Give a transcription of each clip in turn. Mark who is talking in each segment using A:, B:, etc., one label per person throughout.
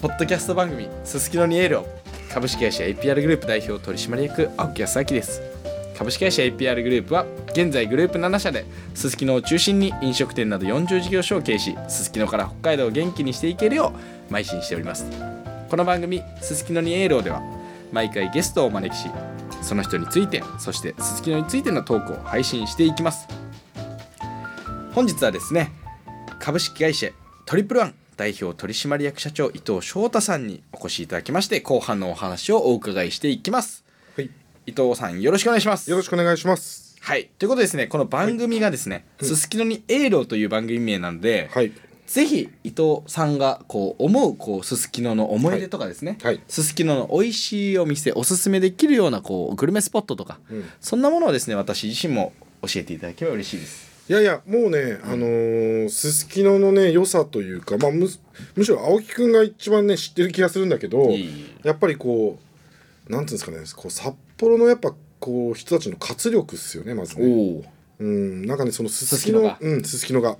A: ポッドキャスト番組「すすきのにエールを」株式会社 APR グループ代表取締役青木康明です株式会社 APR グループは現在グループ7社ですすきのを中心に飲食店など40事業所を経営しすすきのから北海道を元気にしていけるよう邁進しておりますこの番組「すすきのにエールを」では毎回ゲストをお招きしその人についてそしてすすきのについてのトークを配信していきます本日はですね株式会社トリプルワン代表取締役社長伊藤翔太さんにお越しいただきまして後半のお話をお伺いしていきます
B: はい、
A: 伊藤さんよろしくお願いします
B: よろしくお願いします。
A: はいということでですねこの番組がですね「すすきのにエーロー」という番組名なんで、
B: はい、
A: ぜひ伊藤さんがこう思うこうすすきのの思い出とかですね
B: はいはい
A: すすきのの美味しいお店おすすめできるようなこうグルメスポットとか、
B: ん
A: そんなものをですね私自身も教えていただければ嬉しいです。
B: いやいや、もうね、あのーすすきののね、良さというか、まあ、むす、むしろ青木くんが一番ね、知ってる気がするんだけど。
A: いえい
B: やっぱりこう、なんていうんですかね、こう札幌のやっぱ、こう人たちの活力っすよね、まずね。
A: お
B: うん、なんかね、そのすすきの、
A: すすき
B: うん、すすきのが。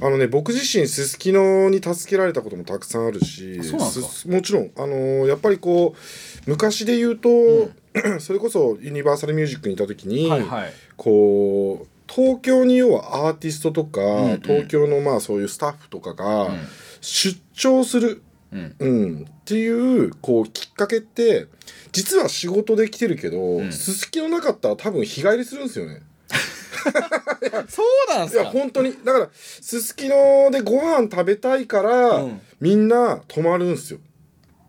B: あのね、僕自身すすきのに助けられたこともたくさんあるし。
A: そうなんですか
B: すもちろん、あのーやっぱりこう、昔で言うと、 それこそユニバーサルミュージックにいた時に。
A: い
B: こう東京に要はアーティストとか、
A: んうん
B: 東京のまあそういうスタッフとかが
A: ん
B: 出張する、
A: うん
B: うんっていうこうきっかけって実は仕事で来てるけど
A: ん
B: すすきのなかったら多分日帰りするんですよね。
A: そうなんで
B: い
A: す
B: や
A: か
B: 本当にだからすすきのでご飯食べたいから、
A: うん
B: みんな泊まるんですよ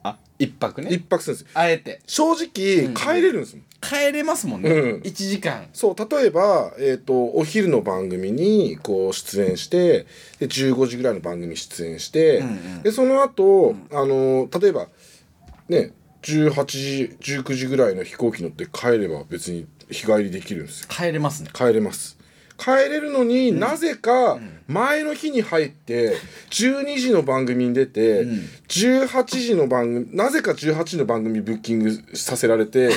A: あ一泊ね
B: 一泊するんですよ
A: あえて
B: 正直、
A: ん
B: 帰れるんですもん
A: 帰れますもんね、
B: うん
A: 一時間
B: そう例えば、えー、とお昼の番組にこう出演してで15時ぐらいの番組出演して、
A: うんうん
B: でその後、あの例えばね18時19時ぐらいの飛行機乗って帰れば別に日帰りできるんですよ
A: 帰れますね
B: 帰れます帰れるのに、なぜか前の日に入って12時の番組に出て、
A: ん
B: 18時の番組なぜか18時の番組ブッキングさせられ て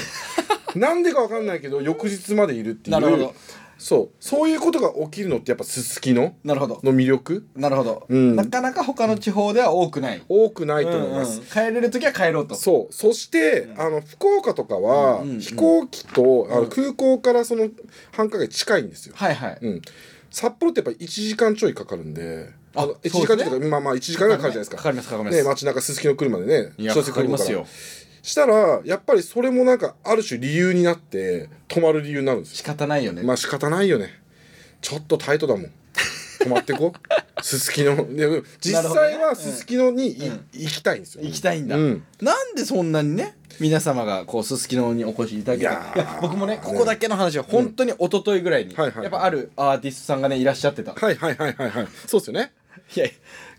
B: なんでかわかんないけど翌日までいるってい
A: な
B: う
A: るほど
B: そうそういうことが起きるのってやっぱすすきの
A: なるほど
B: の魅力
A: なるほど、
B: うん
A: なかなか他の地方では多くない、
B: 多くないと思います。
A: うんうん帰れる時は帰ろうと
B: そうそして、あの福岡とかは、
A: うんうんうん
B: 飛行機とあの空港からその繁華街近いんですよ。
A: はいはい、
B: うん、札幌ってやっぱ1時間ちょいかかるんで
A: あ
B: あの1
A: そうで
B: 時
A: すね
B: 間ちょいとか、まあまあ1時間ぐらいかかるじゃないですか
A: かかりますかかります
B: ね街中すすきの車でね
A: いや
B: 小説
A: かかりま
B: 来る
A: す
B: ら
A: よ
B: したらやっぱりそれもなんかある種理由になって止まる理由になるんですよ
A: 仕方ないよね、
B: まあ仕方ないよねちょっとタイトだもん止まってこ すすきのいやでも実
A: な
B: 際
A: るほどねうん
B: はすすきのにい、
A: うん
B: 行きたいんですよ
A: 行きたいんだ、
B: うん
A: なんでそんなにね皆様がこうすすきのにお越しいただけた
B: いやー
A: いや僕もねここだけの話は本当に一昨日ぐらいに、
B: うんはいはいはい
A: やっぱあるアーティストさんがねいらっしゃってた、
B: はいはいはいはいはいそうですよね
A: いや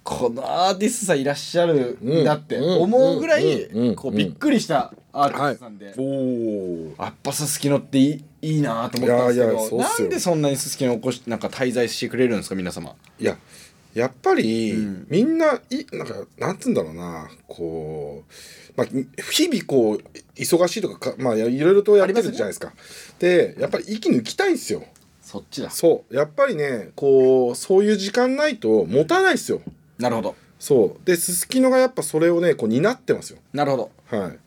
A: このアーティストさんいらっしゃるんだって
B: うん
A: 思うぐらい、
B: うんうん
A: こう
B: うん
A: びっくりしたアーティ
B: は
A: ス
B: い
A: トさんで、
B: おお
A: やっぱすすきのっていいいいなと思ったんですけど
B: いやいやそうっ
A: な
B: すよ
A: んでそんなにすすきの起こしなんか滞在してくれるんですか皆様
B: いややっぱり、
A: うん
B: みんないなんかなんつうんだろうなこう、まあ、日々こう忙しいとかかまあいろいろとやってるじゃないですか。でやっぱり息抜きたいんですよ。
A: そっちだ
B: そうやっぱりねこうそういう時間ないと持たないですよ。
A: なるほど
B: そうでススキノがやっぱそれをねこう担ってますよ。
A: なるほど
B: はい、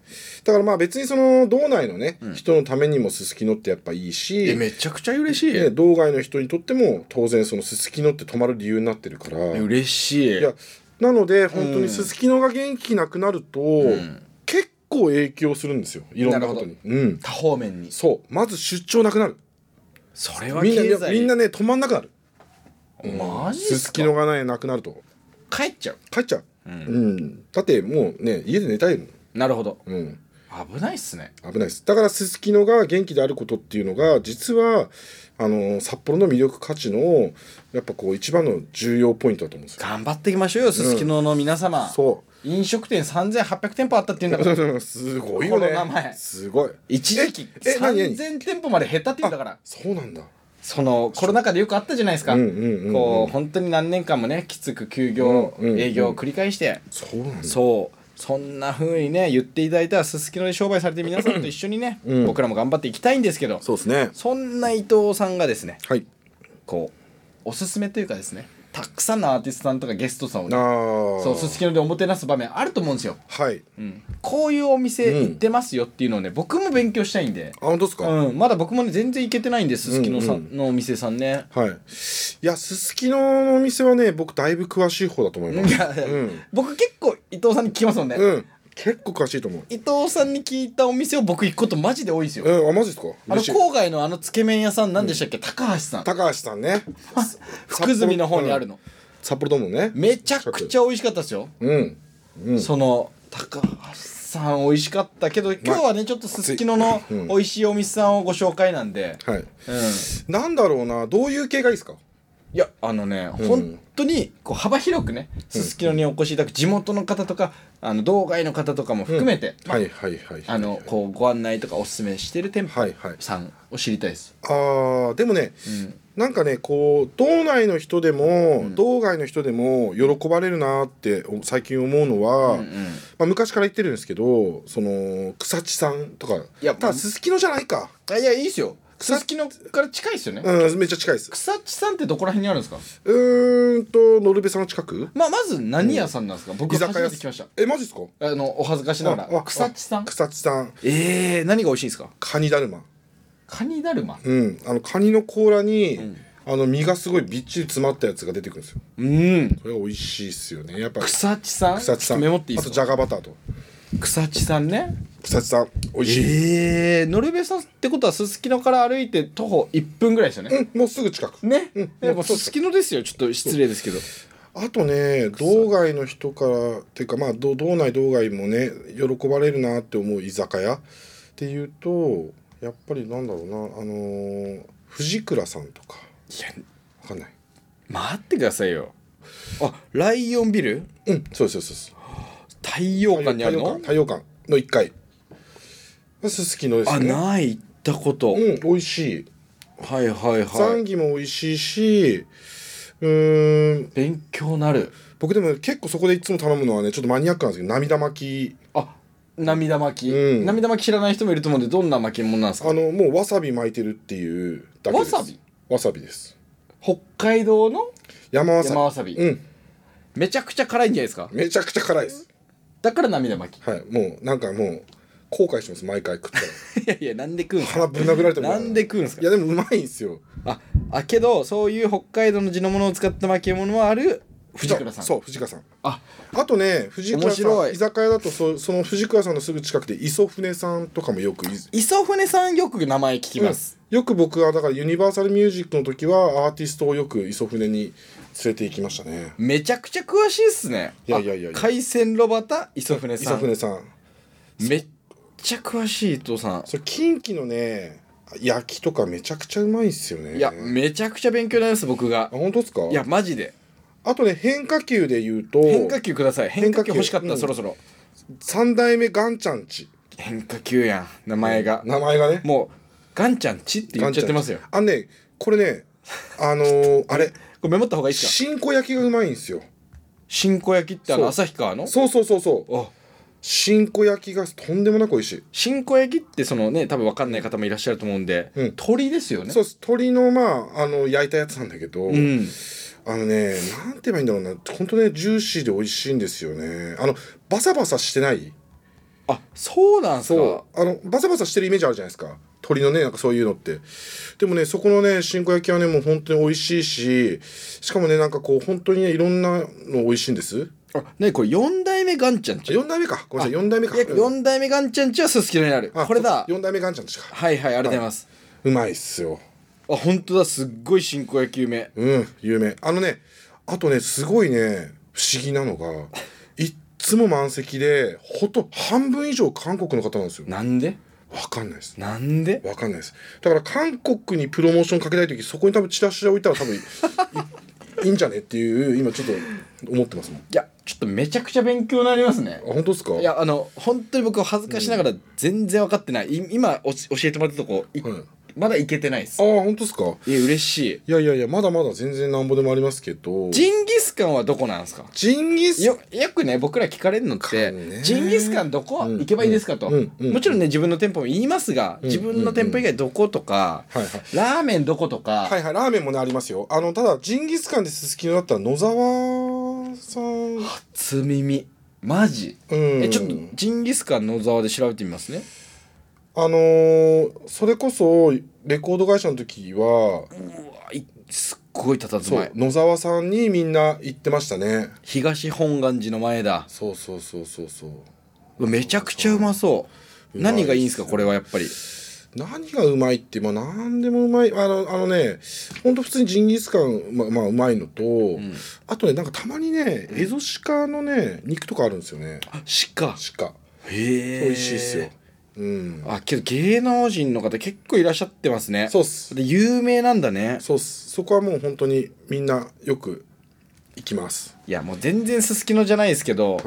B: だからまあ別にその道内のね、人のためにもすすきのってやっぱいいし
A: えめちゃくちゃ嬉しい、
B: ね、道外の人にとっても当然そのすすきのって泊まる理由になってるから
A: 嬉しい
B: いやなので本当
A: うん
B: にすすきのが元気なくなると、
A: ん
B: 結構影響するんですよいろんなことに、うん、
A: 多方面に
B: そうまず出張なくなる
A: それは
B: みんな
A: 経
B: ね
A: 済
B: みんなね止まんなくなる
A: マジっ
B: す
A: す
B: す
A: か
B: きのがねなくなると
A: 帰っちゃう
B: 帰っちゃう、うんだってもうね家で寝たいもん、
A: なるほど
B: うん、
A: 危ないっすね
B: 危ないですだからすすきのが元気であることっていうのが実はあの札幌の魅力価値のやっぱこう一番の重要ポイントだと思うんですよ
A: 頑張っていきましょうよすすきのの皆様、
B: そう
A: 飲食店3800店舗あったっていうんだから
B: うん すごいよ
A: こ
B: ね
A: の名前
B: すごい
A: 一時期
B: ええ何何
A: 3000店舗まで減ったっていうんだから
B: そうなんだ
A: そのコロナ禍でよくあったじゃないですか、
B: うんうんうんうん
A: こう本当に何年間もねきつく休業、
B: うんうんうん
A: 営業を繰り返して、
B: そうなんだ
A: そうそんな風にね言っていただいたらすすきので商売されてる皆さんと一緒にね、
B: うん
A: 僕らも頑張っていきたいんですけど
B: そうですね
A: そんな伊藤さんがですね
B: はい
A: こうおすすめというかですねたくさんのアーティストさんとかゲストさんをね
B: あ
A: そうすすきのでおもてなす場面あると思うんですよ、
B: はい
A: うん、こういうお店行ってますよっていうのをね、僕も勉強したいんで、
B: あ本当ですか、
A: うん、まだ僕もね全然行けてないんですすすきのさん、
B: うん
A: のお店さんね
B: はいいやすすきののお店はね僕だいぶ詳しい方だと思いま
A: い
B: す
A: や
B: うん、
A: 僕結構伊藤さんに聞きますもんね、
B: うん、結構詳しいと思う
A: 伊藤さんに聞いたお店を僕行くことマジで多いですよ、
B: うんあマジですか
A: あの
B: 嬉しい
A: 郊外のあのつけ麺屋さん何でしたっけ、高橋さん
B: 高橋さんね
A: 福住の方にあるの
B: 札幌ドームのね
A: めちゃくちゃ美味しかったですよ、
B: うんうん
A: その高橋さん美味しかったけど今日はねちょっとすすきのの
B: うん
A: 美味しいお店さんをご紹介なんで、
B: はい
A: うん、い
B: なんだろうなどういう系がいいですか
A: やあのね、
B: ん
A: 本当にこう幅広くねすすきのにお越しいただく地元の方とかあの道外の方とかも含めて、
B: はいはいはい
A: あのこうご案内とかおすすめしてる店舗
B: はいはい
A: さんを知りたいです、
B: あーでもね、なんかねこう道内の人でも、道外の人でも喜ばれるなってお最近思うのは、まあ、昔から言ってるんですけどその草地さんとか
A: いや
B: ただすすきのじゃないか、
A: あいやいいですよす
B: 草
A: すきのから近いですよね、
B: うん、めっちゃ近いです
A: 草地さんってどこら辺にあるんですか
B: うーんとノルベさんの近く
A: まあまず何屋さんなんですか、僕
B: 居
A: 初
B: 酒
A: め
B: 屋
A: て来ました
B: えマジですか
A: あのお恥ずかしなが
B: あ
A: ら
B: あ
A: 草地さん
B: 草地さん
A: ええー、何が美味しいんですか
B: カニだるま
A: カニだるま
B: うんあのカニの甲羅に、あの身がすごいびっちり詰まったやつが出てくるんですよ
A: うん
B: これ美味しいっすよねやっぱ
A: 草地さん
B: 草地さ
A: ちょっと
B: ん
A: メモっていい
B: あ
A: で
B: と
A: す
B: じゃ
A: か
B: がバターと
A: 草地さんね
B: 草地さん美味しい、
A: ええー、ノルベさんってことはすすきのから歩いて徒歩1分ぐらいですよね、
B: うん、もうすぐ近く。
A: ね、
B: うん
A: でもすすきのですよちょっと失礼ですけど
B: あとね、道外の人から、っていうか、まあ、ど道内道外もね、喜ばれるなって思う居酒屋っていうと、やっぱりなんだろうな、あのー藤倉さんとか、
A: いや
B: わかんない。
A: 待ってくださいよあライオンビル
B: うん、そうです、そうですそう
A: 太陽
B: です。
A: 館にあるの
B: 太陽館の1階。すすきのです
A: あ
B: ね。
A: ない行ったこと、
B: うん、美味しい。
A: はいはいは
B: 残
A: い
B: 儀も美味しいし、うーん、
A: 勉強なる
B: 僕でも結構そこでいつも頼むのはね、ちょっとマニアックなんですけど、涙巻き。
A: あ涙巻き、
B: うん
A: 涙巻き知らない人もいると思うんでどんな巻き物なんですか
B: あのもうわさび巻いてるっていうだけです
A: わさび
B: わさびです
A: 北海道の
B: 山わさび
A: 山わさび
B: うん
A: めちゃくちゃ辛いんじゃないですか
B: めちゃくちゃ辛いです
A: だから涙巻き
B: はいもうなんかもう後悔してます毎回食ったら
A: いやいやなんで食うんすか
B: 腹ぶん殴られても
A: なんで食うんす
B: い
A: か
B: やでもうまいんですよ
A: ああけどそういう北海道の地のものを使った巻き物はある藤倉さん
B: そう藤倉さん
A: あ
B: あとね藤倉
A: 面白
B: さ
A: い
B: ん居酒屋だとそその藤倉さんのすぐ近くで磯船さんとかもよくい
A: 磯船さんよく名前聞きます、
B: うんよく僕はだからユニバーサルミュージックの時はアーティストをよく磯船に連れて行きましたね
A: めちゃくちゃ詳しいっすね
B: いやいやいやいや
A: あ海鮮ロバタ磯船さ
B: 磯
A: ん
B: 船さん
A: めっちゃ詳しい伊藤さん
B: それ近畿のね焼きとかめちゃくちゃうまいんすよね
A: いや
B: あ
A: めちゃくちゃ勉強になります僕が
B: 本当ですか
A: いやマジで
B: あとね変化球で言うと
A: 変化球ください変化球
B: 変化球
A: 欲しかった、
B: うん
A: そろそろ
B: 三代目ガンちゃんち
A: 変化球やん名前が、
B: 名前がね
A: もうガンちゃんちって言っちゃってますよ
B: ガンちゃんちあねこれねあ のーあれ
A: これメモった方がいいっすか
B: 新子焼きがうまいんですよ
A: 新子焼きってあ
B: そ
A: の
B: う
A: 旭川の
B: そうそうそうそう
A: あ
B: 新子焼きがとんでもなく美味しい
A: 新子焼きってそのね多分分かんない方もいらっしゃると思うんで、
B: うん
A: 鳥ですよね
B: そうです鶏のまああの焼いたやつなんだけど、
A: うん
B: あのねなんて言えばいいんだろうな本当ねジューシーで美味しいんですよねあのバサバサしてない
A: あそうなんすか
B: そうあのバサバサしてるイメージあるじゃないですか鳥のねなんかそういうのってでもねそこのね新子焼きはねもう本当に美味しいししかもねなんかこう本当にねいろんなの美味しいんです
A: あねこれ4代目ガンちゃんち
B: 4代目かごめんなさい4代目かうん
A: 4代目ガンちゃんちはすすきのにある
B: あ
A: これだ
B: そう4代目ガンちゃんでしか
A: はいはいありがとうございます、
B: うまいっすよ
A: あ本当だすっごい新子焼き有名
B: うん有名あのねあとねすごいね不思議なのがいっつも満席でほと半分以上韓国の方なんですよ
A: なんで
B: わかんないです
A: なんで
B: わかんないですだから韓国にプロモーションかけたい時そこに多分チラシを置いたら多分 いいいいんじゃねっていう今ちょっと思ってますもんあ
A: いやちょっとめちゃくちゃ勉強になりますね
B: 本当ですか
A: いやあの本当に僕恥ずかしながら全然分かってない、い今おし教えてもらったとこ、い
B: はい
A: まだいけてないです
B: ああ本当ですか
A: いや嬉しい
B: いやいやいやまだまだ全然なんぼでもありますけど
A: ジンギススカンはどこなんですか
B: ジンギス
A: よよくね僕ら聞かれるのっ
B: か
A: て、
B: ね
A: ジンギスカンどこ
B: うん
A: 行けばいいですかと、
B: うんうん
A: もちろんね自分の店舗も言いますが、
B: うん
A: 自分の店舗以外どことか、
B: はいはい
A: ラーメンどことか、
B: はいはいラーメンもねありますよあのただジンギスカンですすきのだったら野沢さん、うん、
A: 初耳マジ、えちょっとジンギスカン野沢で調べてみますね
B: あのーそれこそレコード会社の時は
A: うわいすっごい佇
B: そ
A: ま
B: う
A: い
B: 野沢さんにみんな行ってましたね
A: 東本願寺の前だ
B: そうそうそうそうそう
A: うわめちゃくちゃうまそう
B: うまいっす
A: 何がいいんですかこれはやっぱり
B: 何がうまいって、まあ、何でもうまいあのあのねほんと普通にジンギスカンままあうまいのと、
A: ん
B: あとねなんかたまにねエゾシカのね肉とかあるんですよね
A: あ鹿
B: 鹿
A: へえ
B: 美味しいっすよ、うん
A: あけど芸能人の方結構いらっしゃってますね
B: そうっす
A: で有名なんだね
B: そうっすそこはもう本当にみんなよく行きます、
A: いやもう全然すすきのじゃないですけど、
B: は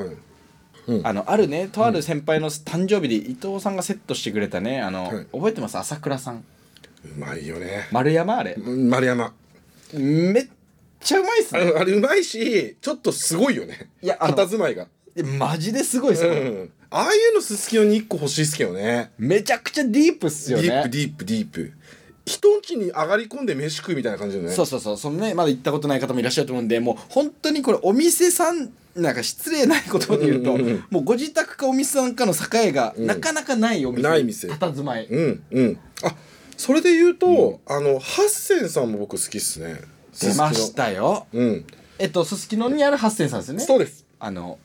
B: い、
A: あのあるねとある先輩の誕生日で伊藤さんがセットしてくれたねあの、
B: はい
A: 覚えてます朝倉さん
B: うまいよね、
A: 丸山あれ、
B: 丸山
A: めっちゃうまいっす
B: あ
A: ね
B: のあれうまいしちょっとすごいよね
A: いやあの
B: 佇まいが
A: いやマジですごいっす
B: う
A: これ
B: んああいうのすすきのに1個欲しいっすけどね
A: めちゃくちゃディープっすよね
B: ディープディープディープ人んちに上がり込んで飯食うみたいな感じだよね
A: そうそうそうそのねまだ行ったことない方もいらっしゃると思うんでもう本当にこれお店さんなんか失礼ないことで言うと、
B: うんうんうん
A: もうご自宅かお店さんかの境がなかなかないお店、
B: ない店
A: 佇まい、
B: うんうんあそれで言うと、あのハッセンさんも僕好きっすね
A: 出まし
B: すすき
A: たよ
B: のうん
A: えっとすすきのにある八千さんですよね
B: そうです
A: あの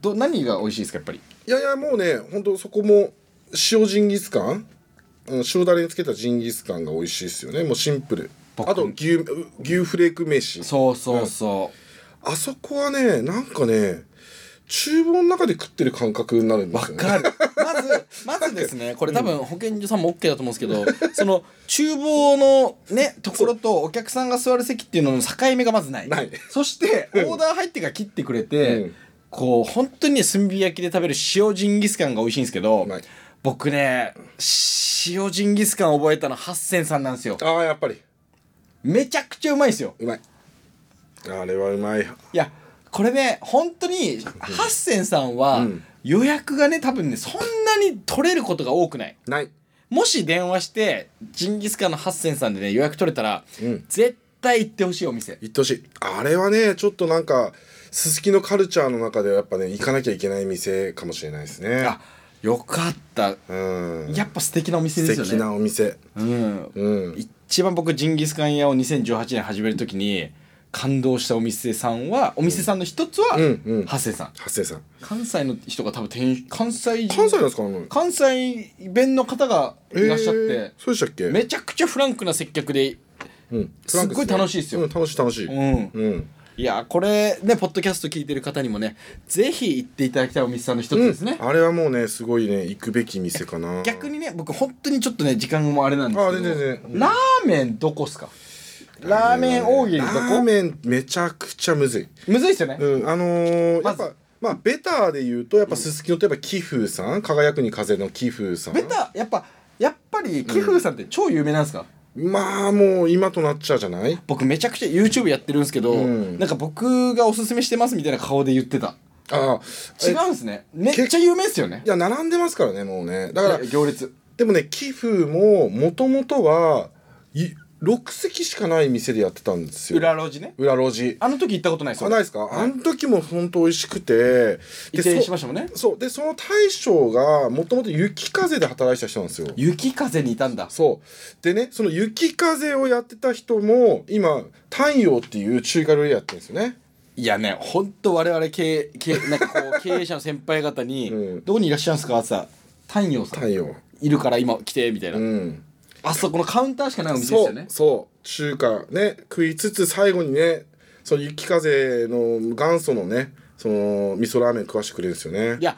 A: ど何が美味しいですかやっぱり
B: いやいやもうねほんとそこも塩ジンギスカンうん塩だれにつけたジンギスカンが美味しいっすよねもうシンプル
A: 僕
B: あと牛牛フレーク飯
A: そうそうそう、
B: あそこはねなんかね厨房の中で食ってる感覚になるんで
A: わ
B: すよね
A: かるまずまずです ねこれ多分保健所さんも OK だと思うんですけどその厨房のねところとお客さんが座る席っていうのの境目がまずない
B: ない
A: そしてオーダー入ってから切ってくれて、
B: うん
A: こう本当に炭火焼きで食べる塩ジンギスカンが美味しいんですけど
B: うまい
A: 僕ね塩ジンギスカン覚えたの八千さんなんですよ
B: ああやっぱり
A: めちゃくちゃうまいですよ
B: うまいあれはうまい
A: いやこれね本当に八千さんは
B: ん
A: 予約がね多分ねそんなに取れることが多くない
B: ない
A: もし電話してジンギスカンのハッセンさんでね予約取れたら、
B: うん
A: 絶対行ってほしいお店
B: 行ってほしいあれはねちょっとなんかすすきのカルチャーの中ではやっぱね行かなきゃいけない店かもしれないですね
A: あよかった
B: うん
A: やっぱ素敵なお店です
B: 素
A: よ
B: 敵
A: ね
B: なお店
A: うん
B: うん
A: 一番僕ジンギスカン屋を2018年始める時に感動したお店さんはお店さんの一つは、
B: うんうん
A: ハッセンさん
B: 八成さん
A: 関西の人が多分店関西人
B: 関西なんですかあの
A: 関西弁の方がいらっしゃって、
B: えーそうでしたっけ
A: めちゃくちゃフランクな接客で
B: うん
A: すっごい楽しいですよ
B: うん楽しい楽しい
A: うん
B: うん
A: いやこれねポッドキャスト聞いてる方にもねぜひ行っていただきたいお店さんの一つですね、
B: あれはもうねすごいね行くべき店かな
A: 逆にね僕本当にちょっとね時間もあれなんですけど
B: あ全然全然うん
A: ラーメンどこっすかラーメン大喜利ど
B: ラー
A: こ
B: メンめちゃくちゃむずい
A: むずいっすよね、
B: うんあのー、や
A: ま
B: っ
A: ず
B: ぱまあベターで言うとやっぱすすきのといえば貴風さん輝くに風の貴風さん
A: ベタやっぱやっぱり貴風さんって超有名なんですか、
B: まあもう今となっちゃうじゃない
A: 僕めちゃくちゃ YouTube やってるんですけど、
B: うん
A: なんか僕がおすすめしてますみたいな顔で言ってた
B: ああ
A: 違
B: え
A: うんですねめっちゃ有名っすよね
B: いや並んでますからねもうねだから
A: いや行列
B: でもね寄付ももともとはい6席しかない店でやってたんですよ
A: 裏路地ね
B: 裏路地
A: あの時行ったことないっす
B: あ
A: よ
B: ないですか、あの時も本当美味しくて
A: 移転しましたもんね
B: そそうでその大将がもともと雪風で働いてた人なんですよ
A: 雪風にいたんだ
B: そうでねその雪風をやってた人も今太陽っていう中華料理屋やってるんですよね
A: いやね、ほんと我々経経なんかこう経営者の先輩方に、
B: うん
A: どこにいらっしゃるんですかってさ、太陽さん
B: 太陽
A: いるから今来てみたいな、
B: うん
A: あそこのカウンターしかないお店です
B: そ
A: よ
B: う
A: ね。
B: そう中華ね食いつつ最後にねその雪風の元祖のねその味噌ラーメン食わしてくれるんですよね
A: いや、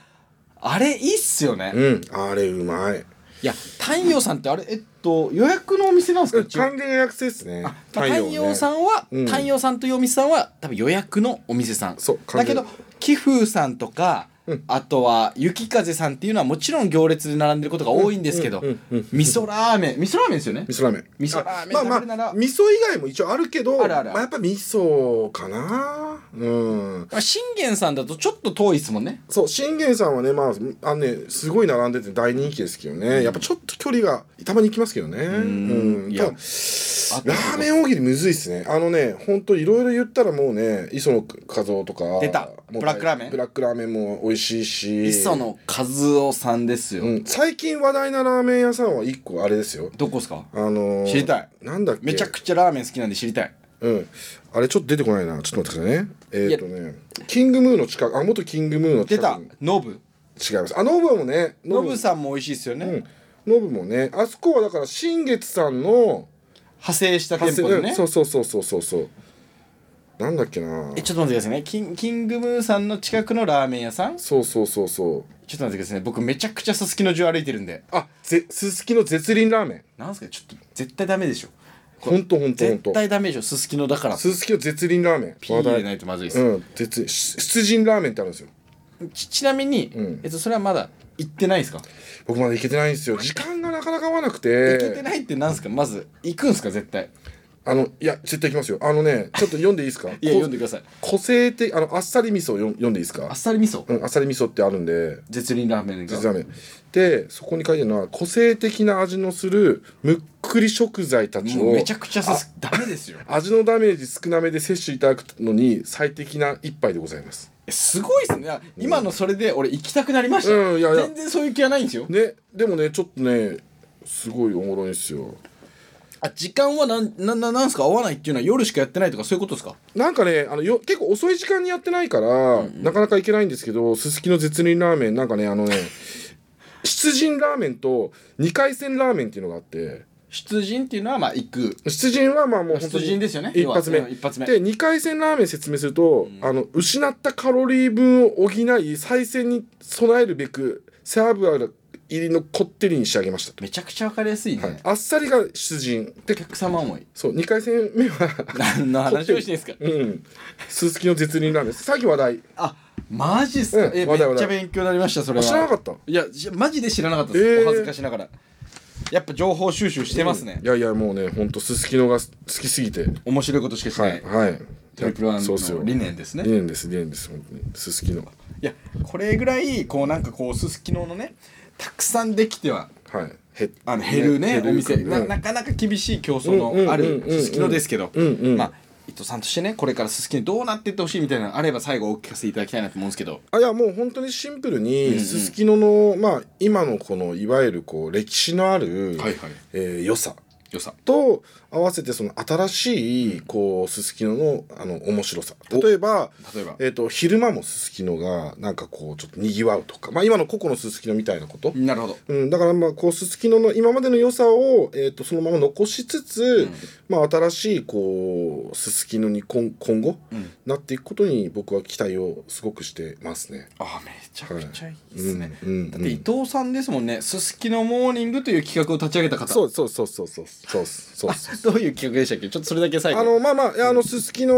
A: あれいいっすよね。い
B: うんあれうまい
A: や、太陽さんってあれえっと予約のお店なんですか？一応
B: 完全予約制ですね
A: まあ太陽さ
B: ん
A: んは、
B: うん
A: 太陽さんというお店さんは多分予約のお店さん
B: そう
A: だ
B: 完
A: け
B: 全
A: ど貴風さんとか、あとは雪風さんっていうのはもちろん行列で並んでることが多いんですけど、味噌ラーメン味噌ラーメンですよね
B: 味噌ラーメン
A: 味噌ラーメン
B: あまあ
A: 食べるな
B: まあ
A: ら
B: 味噌以外も一応あるけど
A: あるある
B: まあ、やっぱ味噌かなうん
A: まあ、信玄さんだとちょっと遠いですもんね
B: そう信玄さんはねまああのねすごい並んでて大人気ですけどね、やっぱちょっと距離がたまに行きますけどねうん
A: いや
B: ただ
A: あと
B: ラーメン大喜利むずいっすねあのねほんといろいろ言ったらもうね磯野和夫とか
A: 出た
B: もう
A: ブラックラーメン
B: ブラックラーメンも美味しいし
A: 磯野和夫さんですよ、
B: うん、最近話題なラーメン屋さんは一個あれですよ
A: どこですか
B: あのー
A: 知りたい
B: なんだっけ
A: めちゃくちゃラーメン好きなんで知りたい
B: うんあれちょっと出てこないなちょっと待ってくださいねえっ、とねキングムーの近くあ元キングムーの
A: 出た
B: 近くに
A: ノブ
B: 違いますあノブもね
A: ノブさんも美味しいですよね、
B: う
A: 派
B: んノブもねあそこはだから新月さんの
A: 生した店舗で
B: う
A: ね
B: んそうそうそうそうそうそうなんだっけな
A: えちょっと待ってくださいねキンキングムーさんの近くのラーメン屋さんちょ
B: そうそうそうそう
A: っと待ってくださいね僕めちゃくちゃすすきの中歩いてるんで
B: あぜすすきの絶輪ラーメン
A: なんすかちょっと絶対ダメでしょ
B: ほんとほんとほん
A: 絶
B: と
A: 対ダメでしょすすきのだから
B: すすきの絶輪ラーメン
A: ピー入れないいとまずいです、
B: うん絶輪し出陣ラーメンってあるんですよ
A: ちちなみに、
B: うん
A: えっと、それはまだ行ってないですか、
B: 僕まだ行けてないんですよ時間がなかなか合わなく
A: 行けて
B: て
A: ないってなんすかまず行くんすか絶対
B: あのいや絶対行きますよあのねちょっと読んでいいですか
A: いや
B: こ
A: 読んでください
B: 個性的あのあっさり味噌を読ん読んでいいです
A: あ
B: か
A: っさり味噌
B: うんあっさり味噌ってあるんで
A: 絶倫ラーメンが
B: 実はねでそこに書いてるのは個性的な味のするむっくり食材たち
A: もう
B: を
A: めちゃくちゃさダメですよ
B: 味のダメージ少なめで摂取いただくのに最適な一杯でございます
A: えすごいっすね今のそれで俺行きたくなりました、
B: うんいやいや
A: 全然そういう気はないんですよ
B: ねでもねちょっとねすごいおもろいんですよ
A: あ時間はなんなななんすか合わないっていうのは夜しかやってないとかそういうことですか
B: なんかねあのよ結構遅い時間にやってないから、なかなか行けないんですけどすすきの絶倫ラーメンなんかねあのね 出陣ラーメンと二回戦ラーメンっていうのがあって
A: 出陣っていうのはまあ行く
B: 出陣はまあもう本当
A: 出
B: に
A: 陣ですよね
B: 一発目
A: 要はうん一発目
B: で二回戦ラーメン説明すると、あの失ったカロリー分を補い再戦に備えるべく背脂入りのこってりに仕上げましたと、
A: めちゃくちゃ分かりやすいね、
B: はい、あっさりが出陣
A: お
B: で
A: 客様思い
B: そう二回戦目は
A: 何の話をしてんすか
B: うんすすきの絶倫ラーメンさっき話題
A: あマジっすか、
B: うん
A: えめ
B: 話題
A: っちゃ
B: 話題
A: 勉強になりましたそれは
B: 知らなかった
A: いやじゃマジで知らなかったです、
B: えー
A: お恥ずかしながらやっぱ情報収集してますね
B: い、やいやもうねほんとすすきのが好きすぎて
A: 面白いことしかして
B: は
A: ない、
B: いはい
A: トリプルワン
B: そうっすよ
A: の理念ですね
B: 理念です理念です本当にすすきの
A: いやこれぐらいこうなんかこうすすきののねたくさんできては
B: はいへ
A: あの減るね
B: 減
A: お店
B: うん
A: ななかなか厳しい競争
B: うんうんうんう
A: の
B: ん
A: あるすすきのですけど
B: うんうん
A: まあ伊藤さんとしてねこれからすすきにどうなっていってほしいみたいなのあれば最後お聞かせいただきたいなと思うんですけど
B: あいやもう本当にシンプルにすすきののまあ今のこのいわゆるこう歴史のある
A: はいはい
B: えー良さ
A: よさ
B: と合わせてその新しいこうすすきののあの面白さ例えば
A: 例えば
B: えーと昼間もすすきのがなんかこうちょっとにぎわうとかまあ今の個々のすすきのみたいなこと
A: なるほど
B: うん、だからまあこうすすきのの今までの良さを、えー、とそのまま残しつつ、まあ、新しいこうすすきのに今今後、なっていくことに僕は期待をすごくしてますね。
A: あめちゃくちゃいいですね、
B: うんうん
A: だって伊藤さんですもんね「すすきのモーニング」という企画を立ち上げた方
B: そうそうそうそうそうそうそうそう
A: どういう企画でしたっけちょっとそれだけ最後
B: あのまあまあいやあのすすきの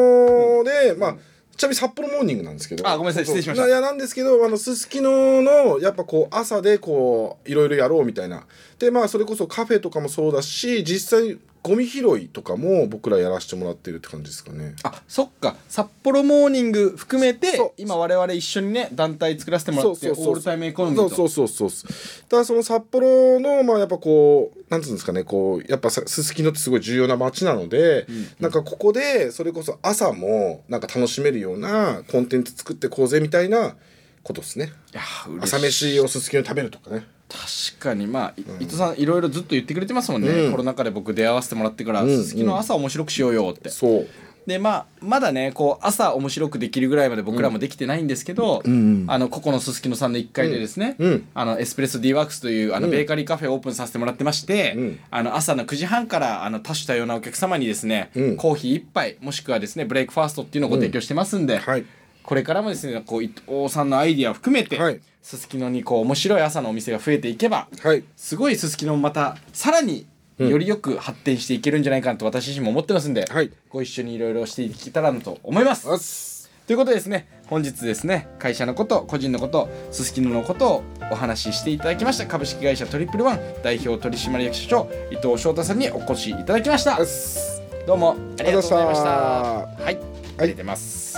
B: で、まあちなみに札幌モーニングなんですけど
A: あごめんなさい失礼しました
B: いやなんですけどあのすすきののやっぱこう朝でこういろいろやろうみたいなでまあそれこそカフェとかもそうだし実際ゴミ拾いとかも僕らやらせてもらってるって感じですかね
A: あそっか札幌モーニング含め
B: そう
A: て今我々一緒にね団体作らせてもらってオールタイムエコノミーと
B: そうそうそうそうただその札幌のまあやっぱこうなんつうんですかねこうやっぱさすすきのってすごい重要な街なので、なんかここでそれこそ朝もなんか楽しめるようなコンテンツ作ってこうぜみたいなことですね
A: いやー嬉しい
B: 朝飯をすすきので食べるとかね
A: 確かにまあ、い伊藤さんいろいろずっと言ってくれてますもんね、コロナ禍で僕出会わせてもらってから「すすきの朝面白くしようよ」って、
B: そう
A: でまあまだねこう朝面白くできるぐらいまで僕らもできてないんですけど、あのここのすすきのさんの1階でですね、
B: うん
A: あのエスプレッソ D ワークスというあのベーカリーカフェをオープンさせてもらってまして、
B: ん
A: あの朝の9時半からあの多種多様なお客様にですね、
B: うん
A: コーヒー1杯もしくはですねブレイクファーストっていうのをご提供してますんで、
B: はい
A: これからもですねこう伊藤さんのアイディアを含めて
B: はい
A: すすきのにこう面白い朝のお店が増えていけば、
B: はい
A: すごいすすきのもまたさらによりよく発展していけるんじゃないかなと私自身も思ってますんで、
B: はい
A: ご一緒にいろいろしていけたらなと思います。
B: あっす
A: ということでですね本日ですね会社のこと個人のことすすきののことをお話ししていただきました株式会社トリプルワン代表取締役社長伊藤翔太さんにお越しいただきました
B: あっす
A: どうもありがとうございました
B: ありがとうございま
A: はい、
B: はい
A: 出てます